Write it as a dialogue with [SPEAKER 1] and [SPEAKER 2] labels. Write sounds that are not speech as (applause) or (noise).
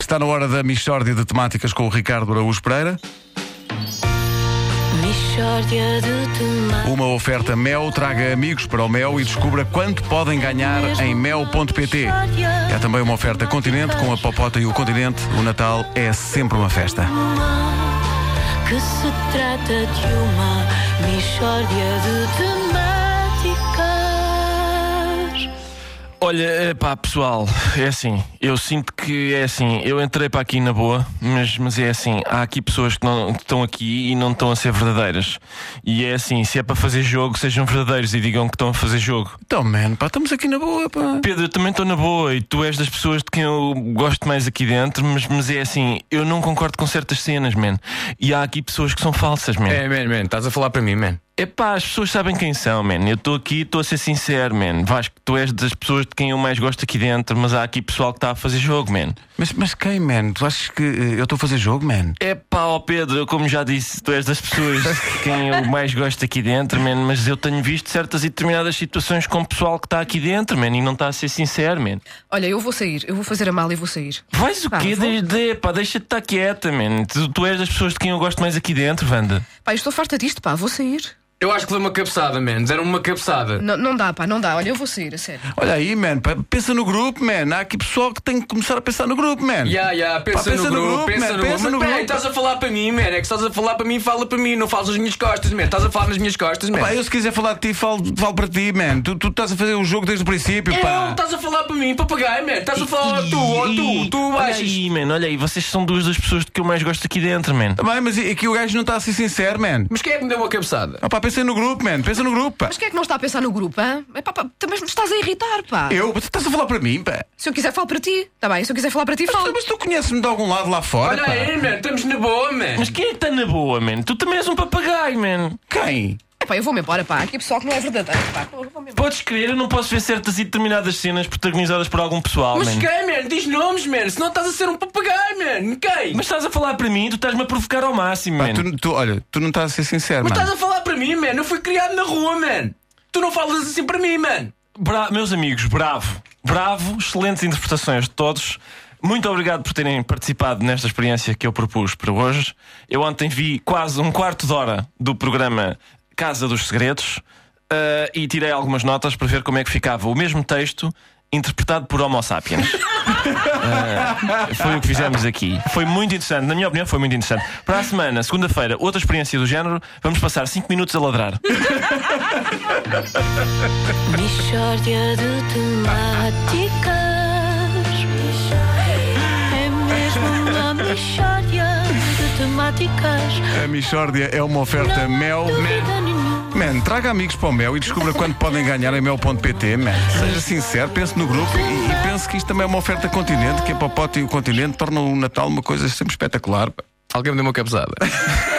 [SPEAKER 1] Está na hora da Michórdia de Temáticas com o Ricardo Araújo Pereira.
[SPEAKER 2] Mishória de temáticas.
[SPEAKER 1] Uma oferta Mel traga amigos para o Mel e descubra quanto podem ganhar em mel.pt. É também uma oferta Continente com a Popota e o Continente. O Natal é sempre uma festa.
[SPEAKER 2] Uma que se trata de uma mishória de temáticas.
[SPEAKER 3] Olha, eh, pá, pessoal, é assim. Eu sinto que é assim. Eu entrei para aqui na boa, mas, mas é assim. Há aqui pessoas que, não, que estão aqui e não estão a ser verdadeiras. E é assim: se é para fazer jogo, sejam verdadeiros e digam que estão a fazer jogo.
[SPEAKER 1] Então, man, pá, estamos aqui na boa, pá.
[SPEAKER 3] Pedro, eu também estou na boa e tu és das pessoas de quem eu gosto mais aqui dentro, mas, mas é assim. Eu não concordo com certas cenas, man. E há aqui pessoas que são falsas, man.
[SPEAKER 4] É, man, man, estás a falar para mim, man.
[SPEAKER 3] Epá, as pessoas sabem quem são, man. Eu estou aqui e estou a ser sincero, man. Vasco, tu és das pessoas de quem eu mais gosto aqui dentro, mas há aqui pessoal que está a fazer jogo, man.
[SPEAKER 1] Mas, mas quem, man? Tu achas que eh, eu estou a fazer jogo, man?
[SPEAKER 3] Epá, ó Pedro, eu como já disse, tu és das pessoas de quem eu mais gosto aqui dentro, man, mas eu tenho visto certas e determinadas situações com o pessoal que está aqui dentro, man, e não está a ser sincero, man.
[SPEAKER 5] Olha, eu vou sair, eu vou fazer a mala e vou sair.
[SPEAKER 3] Vais o
[SPEAKER 5] Pá,
[SPEAKER 3] quê?
[SPEAKER 5] vou-
[SPEAKER 3] De, de, pá, deixa-te estar quieta, man. Tu, tu és das pessoas de quem eu gosto mais aqui dentro, Wanda.
[SPEAKER 5] Pá, eu estou farta disto, pá, vou sair.
[SPEAKER 4] Eu acho que deu uma cabeçada, man. Deram-me uma cabeçada.
[SPEAKER 5] Não, não dá, pá, não dá. Olha, eu vou sair, a sério.
[SPEAKER 1] Olha aí, man, pá, pensa no grupo, man. Há aqui pessoal que tem que começar a pensar no grupo, man.
[SPEAKER 4] Ya, ya, pensa,
[SPEAKER 1] Pá,
[SPEAKER 4] no, grupo, pensa
[SPEAKER 1] man, pensa
[SPEAKER 4] no grupo.
[SPEAKER 1] no
[SPEAKER 4] Mas, peraí,
[SPEAKER 1] grupo.
[SPEAKER 4] estás a falar para mim, man. É que estás a falar para mim, fala para mim. Não falas nas minhas costas, man. Estás a falar nas minhas costas, man.
[SPEAKER 1] Pá, eu se quiser falar de ti, falo, falo para ti, man. Tu, tu estás a fazer o jogo desde o princípio,
[SPEAKER 4] Não,
[SPEAKER 1] pá.
[SPEAKER 4] estás a falar para mim, papagaio, man. Estás a falar tu, ou tu, tu
[SPEAKER 3] Olha
[SPEAKER 4] baixas.
[SPEAKER 3] aí, man, olha aí, vocês são duas das pessoas de que eu mais gosto aqui dentro, man.
[SPEAKER 1] Tá bem, mas é que o gajo não está a ser sincero, man.
[SPEAKER 4] Mas quem é que me deu uma cabeçada?
[SPEAKER 1] Ah, pá, pensa no grupo, man. Pensa no grupo, pá.
[SPEAKER 5] Mas quem é que não está a pensar no grupo, hã? É, pá, pá, também me estás a irritar, pá.
[SPEAKER 1] Eu? Mas tu estás a falar para mim, pá.
[SPEAKER 5] Se eu quiser, falo para ti. Tá bem, se eu quiser falar para ti, falo.
[SPEAKER 1] Mas tu conheces-me de algum lado lá fora,
[SPEAKER 4] Olha
[SPEAKER 1] pá.
[SPEAKER 4] aí, man. Estamos na boa, man.
[SPEAKER 3] Mas quem é que está na boa, man? Tu também és um papagaio, man.
[SPEAKER 1] Quem?
[SPEAKER 5] É, pá, eu vou-me embora, pá. Aqui pessoal que não é verdadeiro, pá. Eu vou-me embora.
[SPEAKER 3] Podes crer, eu não posso ver certas e determinadas cenas protagonizadas por algum pessoal,
[SPEAKER 4] Mas
[SPEAKER 3] oh, man.
[SPEAKER 4] quem, man? Diz nomes, man. Senão estás a ser um papagaio, man. Quem?
[SPEAKER 3] Mas estás a falar para mim, tu estás-me a provocar ao máximo, man.
[SPEAKER 1] Tu, tu- olha, tu não estás a ser sincero,
[SPEAKER 4] Mas
[SPEAKER 1] man.
[SPEAKER 4] estás a falar para mim, man. Eu fui criado na rua, man. Tu não falas assim para mim, man.
[SPEAKER 3] Bra- meus amigos, bravo. Bravo, excelentes interpretações de todos. Muito obrigado por terem participado nesta experiência que eu propus para hoje. Eu ontem vi quase um quarto de hora do programa Casa dos Segredos ah, e tirei algumas notas para ver como é que ficava o mesmo texto interpretado por Homo sapiens. (laughs) Ah, foi o que fizemos aqui. Foi muito interessante, na minha opinião, foi muito interessante. Para a semana, segunda-feira, outra experiência do género, vamos passar 5 minutos a ladrar.
[SPEAKER 2] Mishória de temáticas. É mesmo uma mishória de temáticas.
[SPEAKER 1] A Michórdia é uma oferta
[SPEAKER 2] Não há
[SPEAKER 1] mel.
[SPEAKER 2] dúvida nenhuma.
[SPEAKER 1] Man, traga amigos para o mel e descubra quanto podem ganhar em mel.pt, man. Seja sincero, pense no grupo e, e pense que isto também é uma oferta continente, que a Popota e o continente tornam o Natal uma coisa sempre espetacular. pá.
[SPEAKER 4] Alguém me deu uma cabeçada.